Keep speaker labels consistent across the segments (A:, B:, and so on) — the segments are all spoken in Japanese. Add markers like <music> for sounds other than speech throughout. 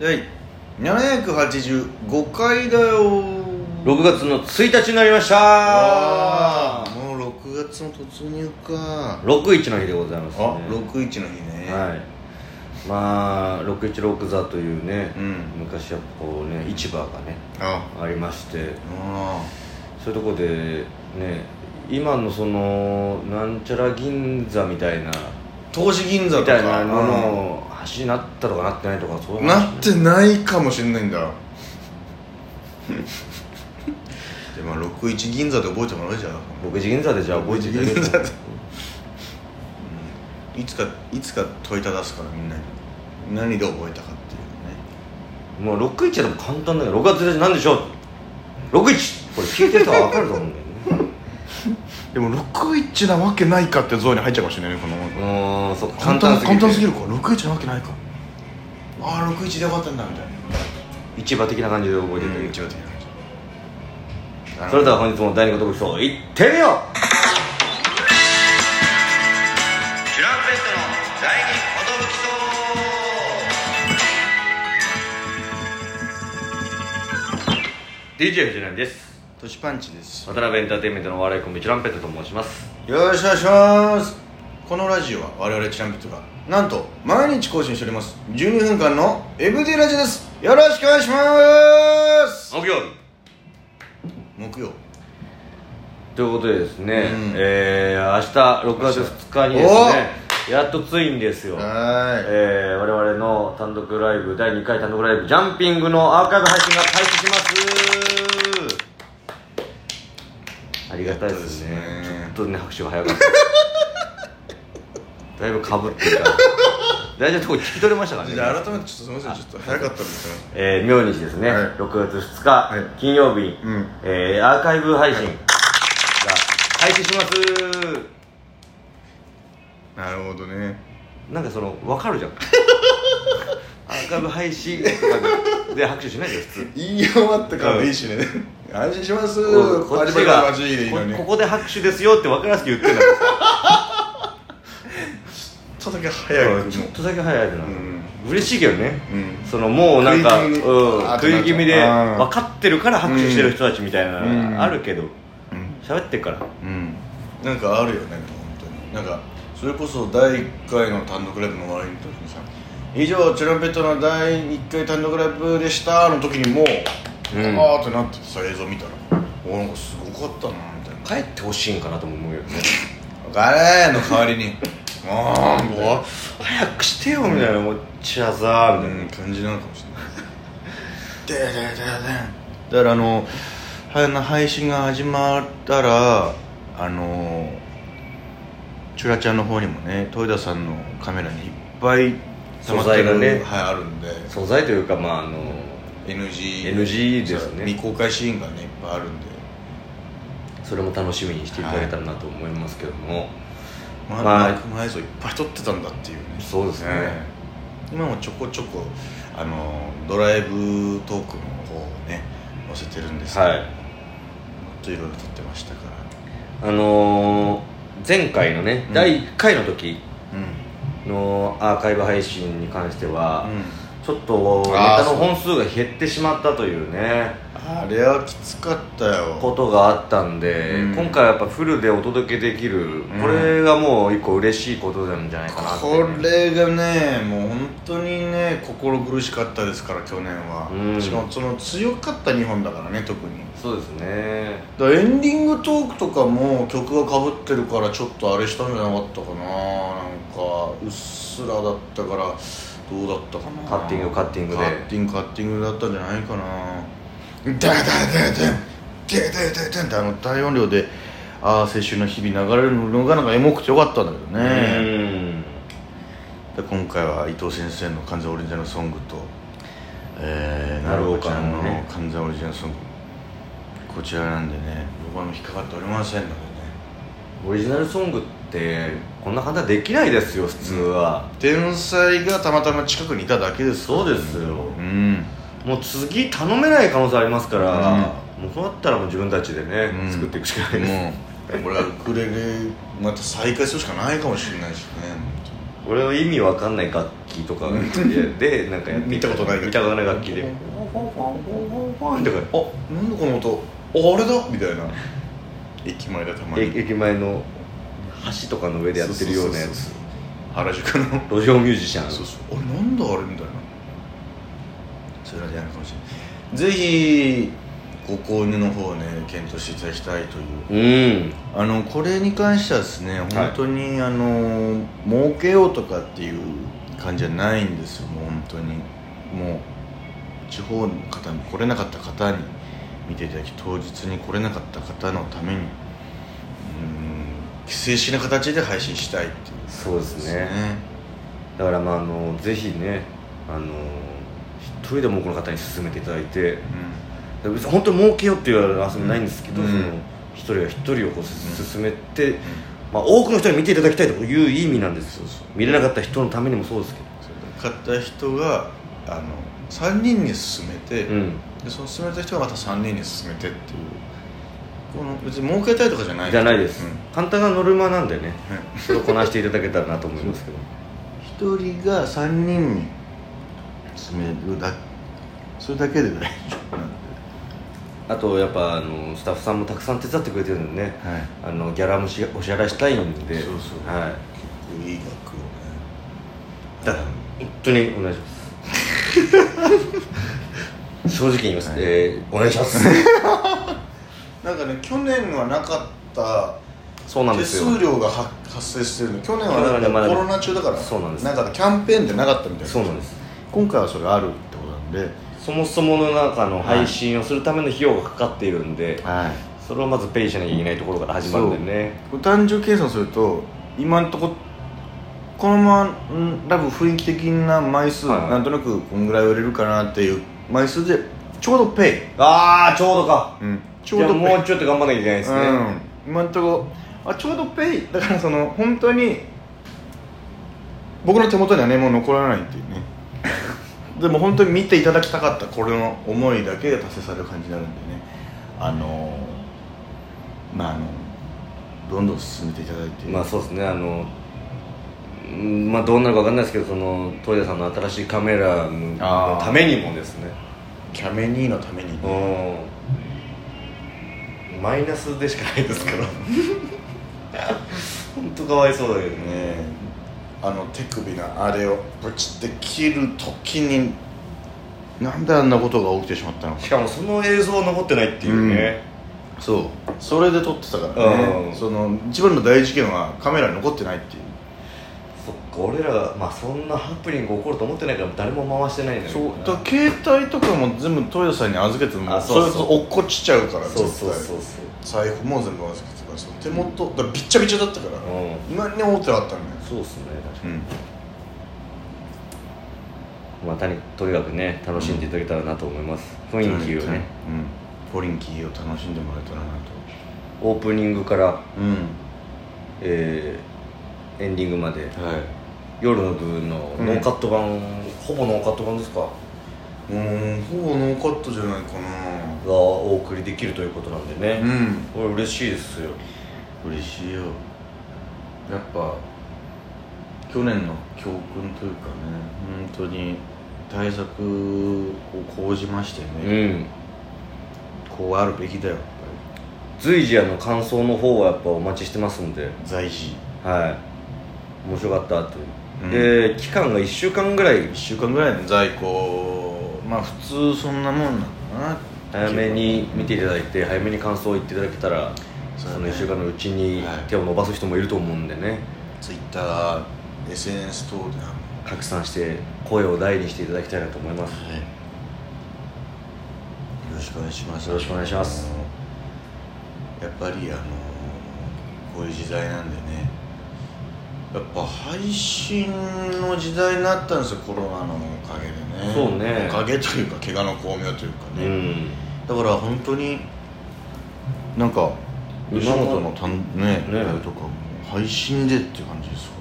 A: はい785回だよ
B: 6月の1日になりまし
A: あ
B: た
A: ーもう6月の突入か
B: 61の日でございますね
A: あ六61の日ね、
B: はいまあ616座というね、
A: うん
B: 昔はこうね市場がね
A: あ
B: ありまして
A: あ
B: そういうとこでね今のそのなんちゃら銀座みたいな
A: 投資銀座
B: み
A: とか
B: たいなのの橋になったとかなってないとかそう
A: う
B: い
A: ん
B: う
A: な
B: 話ね
A: ってないかもしれないんだ
B: <laughs>
A: でまあ61銀座で覚えてもらうじゃん
B: 6時銀座でじゃあ覚えていただける
A: 六時銀座でいつかいつか問いただすからみんなに何で覚えたかっていう
B: もう61はでも簡単だけど6月1日なんでしょう61これ聞いてる人は分かると思うんだよね
A: ねでも61なわけないかってゾーンに入っちゃうかもしれないねこの
B: うーんそう
A: 簡単簡単すぎ
B: る
A: るか61なわけないかああ61でよかったんだみたいな
B: 市場的な感じで覚えて
A: う
B: て
A: ん
B: る
A: 一応的な感じ
B: それでは本日も第二言特集いってみよう
A: チュランペットの第二
B: DJ 藤波です
A: トシパンチです
B: 渡辺エンターテインメントのお笑いコンビチュランペットと申します
A: よろしくお願いしますこのラジオは我々チュランペットがなんと毎日更新しております12分間の MD ラジオですよろしくお願いします
B: 木曜日
A: 木曜
B: ということでですね、
A: うん
B: えー、明日6月2日にですねやっとついんですよ
A: は
B: えー、我々の単独ライブ第2回単独ライブ「ジャンピング」のアーカイブ配信が開始しますありがたいですね
A: やったですね
B: ちょっとね拍手が早かっただいぶかぶってるから大事なとこ聞き取れましたから
A: い
B: ね
A: じゃあ改めてちょっとすみませんちょっと早かったんですよ
B: えー、明日ですね、
A: はい
B: 6月2日、
A: はい
B: 金曜日、
A: うん
B: えーアーカイブ配信が開始します
A: なるほどね
B: なんかその分かるじゃんアーカイブ配信とかで拍手しないで普通
A: 言い終わったからでいいしね安心します
B: こっ
A: パ
B: ちが
A: チパチパチでいいのに
B: こここで拍手ですよって分からしく言ってんだ
A: ちょっとだけ早くも
B: ちょっとだけ早いな、
A: ん
B: 嬉しいけどね、
A: うん
B: そのもうなんか
A: 食い気味に
B: うん
A: あーってな
B: 食
A: っちゃう
B: い気味で
A: あー
B: 分かってるから拍手してる人たちみたいな
A: うん
B: のあるけど
A: うん
B: 喋、ってるから
A: うんなんかあるよねでも本当になんかそれこそ第1回の単独ライブの終わりの時にさ「以上チュランペットの第1回単独ライブでした」の時にもう、
B: うん
A: ああってなってさ映像見たら「おなんかすごかったな」みたいな
B: 帰ってほしいんかなとも思うよね
A: 「ガレー」の代わり <laughs> に「ああ」みたいな
B: もう早くしてよみたいな思っちゃうさみたいな、
A: うん感じなのかもしれないででででだからあのはな配信が始まったらあのチュラちゃんの方にもね豊田さんのカメラにいっぱい溜まってる
B: 素材がね
A: はいあるんで
B: 素材というかまああの
A: NG
B: NG ですね
A: 未公開シーンがねいっぱいあるんで
B: それも楽しみにしていただけたらなと思いますけども、
A: ま
B: まあ
A: あマイクの映像いっぱい撮ってたんだっていうね
B: そうですね
A: 今もちょこちょこあのドライブトークの方をね載せてるんですけど、
B: はい
A: ちょっといろいろ撮ってましたから
B: あのー前回のね、
A: うん
B: 第1回の時
A: う
B: のアーカイブ配信に関しては、
A: ん、
B: ちょっとネ
A: あー
B: タの本数が減ってしまったというね
A: あれはきつかったよ
B: ことがあったんで、
A: うん
B: 今回はやっぱフルでお届けできる、
A: ん
B: これがもう一個嬉しいことなんじゃないかなって
A: これがねもう本当にね心苦しかったですから去年は、
B: うん
A: しかもその強かった日本だからね特に
B: そうですね
A: だからエンディングトークとかも曲がかぶってるからちょっとあれしたんじゃなかったかななんかうっすらだったからどうだったかな
B: カッティングカッティングで
A: カッティングカッティングだったんじゃないかなダダダダンデデデデンってあの大音量で「ああ青春の日々」流れるのがなんかエモくてよかったんだけど
B: う
A: ね
B: ん
A: で今回は伊藤先生の「完全オリジナルソングと」えー、な
B: な
A: る
B: る
A: お
B: お
A: ち
B: か
A: ゃん
B: の
A: の
B: ね
A: 「完全オリジナルソング」こちらなんでね僕はもう引っかかっておりませんのでね
B: オリジナルソングってこんな簡単にできないですよ普通は、
A: 天才がたまたま近くにいただけですからね
B: そうですよ
A: うん
B: もう次頼めない可能性ありますから、もうそうなったらもう自分たちでね、
A: うん
B: 作っていくしかないです
A: もう俺はウクレレまた再開するしかないかもしれないしね
B: 俺は意味わかんない楽器とかでなんかやって
A: 見たことない楽器
B: 見たことない楽器で
A: フォンフォンフォンフォンフォンフォン
B: とか
A: あなんだこの音ああれだみたいな駅前でたまに
B: え駅前の橋とかの上でやってるようなや
A: そ
B: つ
A: そそう原宿の
B: 路上ミュージシャン
A: そうそうあれなんだあれみたいなそれはやるかもしれないぜひご購入の方ね検討していただきたいという
B: うん
A: あのこれに関してはですね本当に、あの儲けようとかっていう感じじゃないんですよもう本当にもう地方の方に来れなかった方に見ていただき当日に来れなかった方のためにうん規制しな形で配信したいっていう
B: そうです
A: です
B: ね
A: ね
B: だからまああのぜひねあの一人でも多くの方に勧めていただいて別に本当に儲けようっていう遊びないんですけど、
A: うん
B: その一人が一人をこうす勧めて、まあ、多くの人に見ていただきたいという意味なんですよ見れなかった人のためにもそうですけ
A: 買った人があの3人に勧めて、
B: ど、うん、
A: でその勧めた人がまた3人に勧めてっていうこの別に儲けたいとかじゃない
B: じゃないです、
A: うん
B: 簡単なノルマなんでね、それをこなしていただけたらなと思いますけど
A: 一人が三人に詰めるだそれだけで大丈夫なんで、
B: <laughs> あとやっぱあのスタッフさんもたくさん手伝ってくれてるんでね
A: は
B: あのギャラもしお支払いしたいんで
A: そうそう、
B: はい
A: いい額をね
B: い、だから本当にお願いします <laughs> 正直に言います、
A: はい
B: えーお願いし <laughs> ます
A: なんかね去年はなかった
B: そうなん
A: 手
B: ですよ
A: 数料がは発生してるの去年はなん
B: ま
A: か
B: だまだ
A: コロナ中だから
B: そうなんです
A: なんかキャンペーンでなかったみたいな
B: そうなんです
A: 今回はそれあるってことなんで
B: そもそもの中の
A: はい
B: 配信をするための費用がかかっているんで、
A: はい
B: それをまずペイしなきゃいけないところから始まるんでね
A: これ単純計算すると今んとここのままん多分雰囲気的な枚数、
B: はい
A: なんとなくこんぐらい売れるかなっていう枚数でちょうどペ
B: ああちょうどか
A: イ、うん、ち
B: じゃあもうちょっと頑張んなきゃいけないですね、
A: うん、今んとこあちょうどペイだからその本当に僕の手元にはねもう残らないって
B: <laughs>
A: いうねでも本当に見ていただきたかったこれの思いだけが達成される感じになるんでねあのまああのどんどん進めていただいて、
B: まあそうですねあのうんまあどうなるかわかんないですけどその東出さんの新しいカメラ
A: あ
B: の
A: ー
B: ためにもですね
A: キャメニーのためにね
B: うんマイナスでしかない <laughs> ですから本当かわいそうだけどね
A: えあの手首のあれをブチって切る時になんであんなことが起きてしまったのか
B: しかもその映像残ってないっていうね、
A: そうそれで撮ってたからね
B: うん
A: その一番の大事件はカメラに残ってないっていう
B: そっか俺らが、まあ、そんなハプニング起こると思ってないから誰も回してないんだよ
A: そう
B: な
A: だから携帯とかも全部豊田さんに預けても
B: あ
A: そ
B: そう
A: れ
B: そう
A: こそ落っこちちゃうから
B: そうそうそうそう
A: 絶対財布も全部預けてたからその手元だからびっちゃびちゃだったから
B: うん
A: 今に思ってなかったんだよ
B: そうっすね確か
A: う
B: に、
A: ん
B: まあ、とにとにかくね楽しんでいただけたらなと思います、雰囲気をね
A: うんポリンキーを楽しんでもらえたらなと
B: オープニングから、
A: うん
B: えーエンディングまで
A: はい
B: 夜の部のノーカット版、ほぼノーカット版ですかが
A: うーんほぼノーカットじゃないかな
B: お送りできるということなんで
A: う
B: ね、
A: ん
B: これ嬉しいですよ
A: 嬉しいよやっぱ去年の教訓というかね本当に対策を講じまして
B: う
A: ね、
B: ん
A: こうあるべきだよやっぱ
B: 随時あの感想の方はやっぱお待ちしてますんで
A: り在事
B: はい面白かったって、
A: うん
B: で期間が1週間ぐらい
A: 1週間ぐらいの在庫まあ普通そんなもんなのかな
B: 早めに見ていただいて早めに感想を言っていただけたら
A: そうだ
B: そ
A: ね
B: の1週間のうちに
A: はい
B: 手を伸ばす人もいると思うんでね
A: TwitterSNS 等で
B: 拡散して声を大にしていただきたいなと思います
A: はい。よろしくお願いします。
B: よろしくお願いします
A: あの。やっぱりあのこういう時代なんでね。やっぱ配信の時代になったんですよコロナのおかげでね。
B: そうね
A: おかげというか怪我の巧妙というか
B: う
A: ね。
B: ん
A: だから本当になんか吉
B: 今ま
A: 本のたんね
B: ね
A: ライブとかも配信でっていう感じですか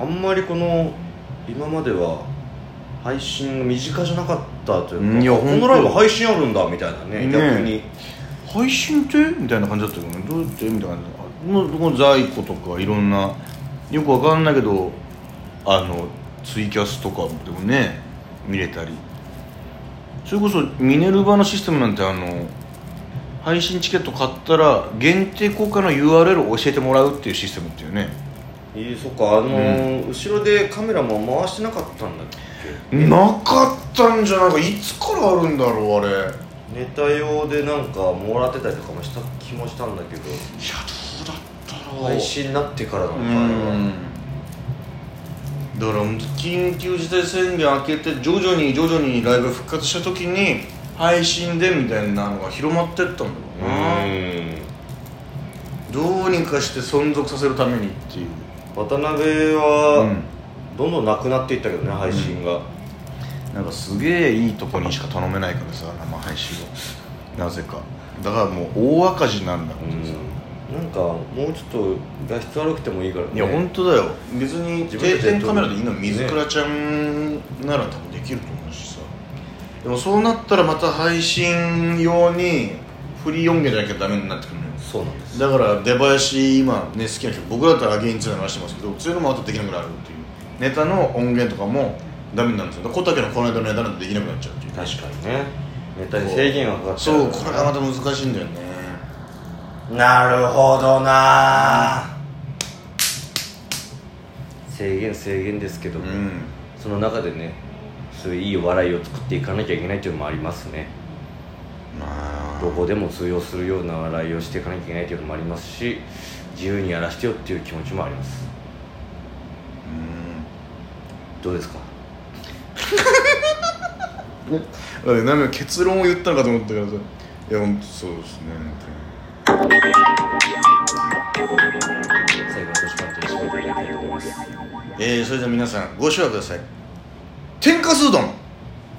B: あんまりこの今までは配信が身近じゃなかったというか
A: いや
B: あ
A: ほ
B: こ
A: んと
B: のライブ配信あるんだみたいなね
A: ね
B: 逆に
A: 配信ってみたいな感じだったけどねどうやってみたいな感じであもうこの在庫とかいろんなよくわかんないけどあのツイキャスとかでもね見れたりそれこそミネルヴァのシステムなんてあの配信チケット買ったら限定効果の URL を教えてもらうっていうシステムっていうね
B: えーそっかあのー後ろでカメラも回してなかったんだっけ
A: なかったんじゃないかいつからあるんだろうあれいやどう
B: ネタ用でなんかもらってたりとかもした気もしたんだけど
A: だったろう
B: 配信になってからなのか
A: う
B: なあれは
A: んだから緊急事態宣言明けて徐々に徐々にライブ復活した時に配信でみたいなのが広まってったんだろうな、
B: うん
A: どうにかして存続させるためにっていう
B: 渡辺はどんどんなくなっていったけどね配信が、
A: なんかすげえいいとこにしか頼めないからさ生配信をなぜかだからもう大赤字なんだろうね
B: うんなんかもうちょっと画質悪くてもいいからね
A: いや本当だよ別に
B: 自分
A: 定
B: たちで
A: 点カメラでいいの
B: ね
A: 水倉ちゃんなら多分できると思うしさでもそうなったらまた配信用にフリー音源じゃなきゃダメになってくるのよ
B: そうなんです
A: だから出囃子今ね好きな曲僕だったらアゲインツー流してますけどそういうのもあとできなくなるっていうネタの音源とかもダメになるんですよだから小竹のこの間のネタなんてできなくなっちゃうっていう
B: 確かにねネタに制限がかかっちゃ
A: そう
B: う
A: これがまた難しいんだよね
B: なるほどな制限制限ですけど
A: う
B: も、
A: ん
B: その中でねそういういい笑いを作っていかなきゃいけないっていうのもありますね
A: まあ
B: どこでも通用するような笑いをしていかなきゃいけないっていうのもありますし自由にやらしてよっていう気持ちもあります
A: うん
B: どうですか
A: だってなんか結論を言ったのかと思ったからさいや本当そうですね
B: 最後の年間と一緒にいただきたいと思います
A: えー、それでは皆さんご唱和ください天かすうどん